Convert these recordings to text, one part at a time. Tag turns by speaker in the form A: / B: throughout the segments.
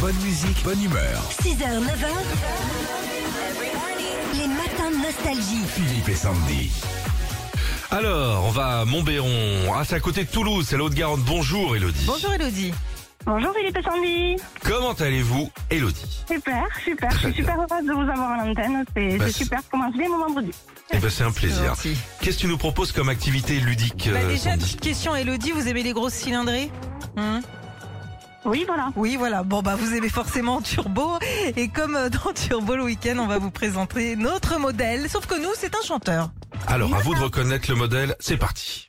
A: Bonne musique, bonne humeur.
B: 6h, 9h. Les matins de nostalgie.
A: Philippe et Sandy.
C: Alors, on va à Montbéron. Ah, c'est à côté de Toulouse, c'est la Haute-Garonne. Bonjour, Elodie.
D: Bonjour Elodie.
C: Euh,
E: Bonjour Philippe et Sandy.
C: Comment allez-vous, Elodie
E: Super, super. Je suis super heureuse de vous avoir à l'antenne. C'est
C: Bah,
E: c'est
C: c'est-
E: super. Commence bien mon vendredi.
C: Eh ben, c'est un plaisir.
D: gentil.
C: Qu'est-ce que tu nous proposes comme activité ludique
D: Bah
C: euh,
D: déjà,
C: Sandy
D: petite question Elodie, vous aimez les grosses cylindrées Hein
E: Oui, voilà.
D: Oui, voilà. Bon, bah vous aimez forcément Turbo. Et comme euh, dans Turbo le week-end, on va vous présenter notre modèle. Sauf que nous, c'est un chanteur.
C: Alors, à vous de reconnaître le modèle. C'est parti.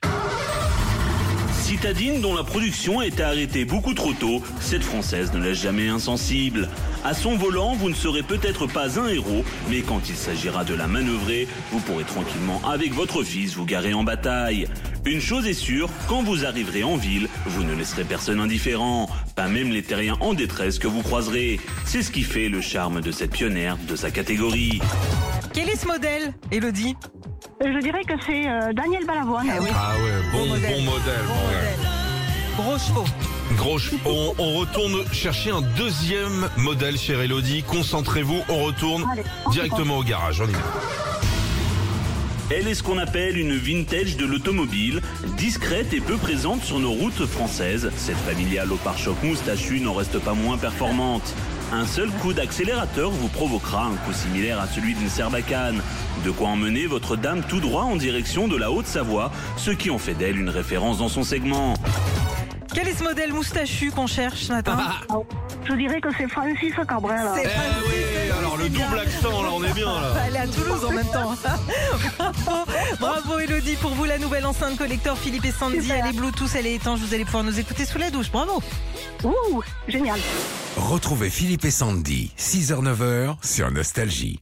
F: Citadine dont la production a été arrêtée beaucoup trop tôt, cette Française ne laisse jamais insensible. À son volant, vous ne serez peut-être pas un héros, mais quand il s'agira de la manœuvrer, vous pourrez tranquillement avec votre fils vous garer en bataille. Une chose est sûre, quand vous arriverez en ville, vous ne laisserez personne indifférent, pas même les terriens en détresse que vous croiserez. C'est ce qui fait le charme de cette pionnière de sa catégorie.
D: Quel est ce modèle, Elodie
E: Je dirais que c'est euh, Daniel Balavoine.
D: Ah oui.
C: Ah ouais, bon, bon modèle. bon,
D: Bon
C: ouais.
D: modèle. Gros chevaux.
C: Gros, ch- on, on retourne chercher un deuxième modèle, chère Elodie. Concentrez-vous, on retourne
E: Allez, on
C: directement au garage. On y va.
D: Ah,
F: Elle est ce qu'on appelle une vintage de l'automobile, discrète et peu présente sur nos routes françaises. Cette familiale au pare-choc moustachu n'en reste pas moins performante. Un seul coup d'accélérateur vous provoquera un coup similaire à celui d'une serbacane. De quoi emmener votre dame tout droit en direction de la Haute-Savoie, ce qui en fait d'elle une référence dans son segment.
D: Quel est ce modèle moustachu qu'on cherche ce matin
E: Je dirais que c'est Francis Cabrel.
D: C'est
C: Ah, Eh oui, alors le double accent, là, on est bien, là.
D: Elle est à Toulouse en même temps. hein. bravo, bravo Elodie pour vous la nouvelle enceinte collector Philippe et Sandy. Elle est Bluetooth, elle est étanche. Vous allez pouvoir nous écouter sous la douche. Bravo.
E: Ouh, génial.
A: Retrouvez Philippe et Sandy, 6h, 9h sur Nostalgie.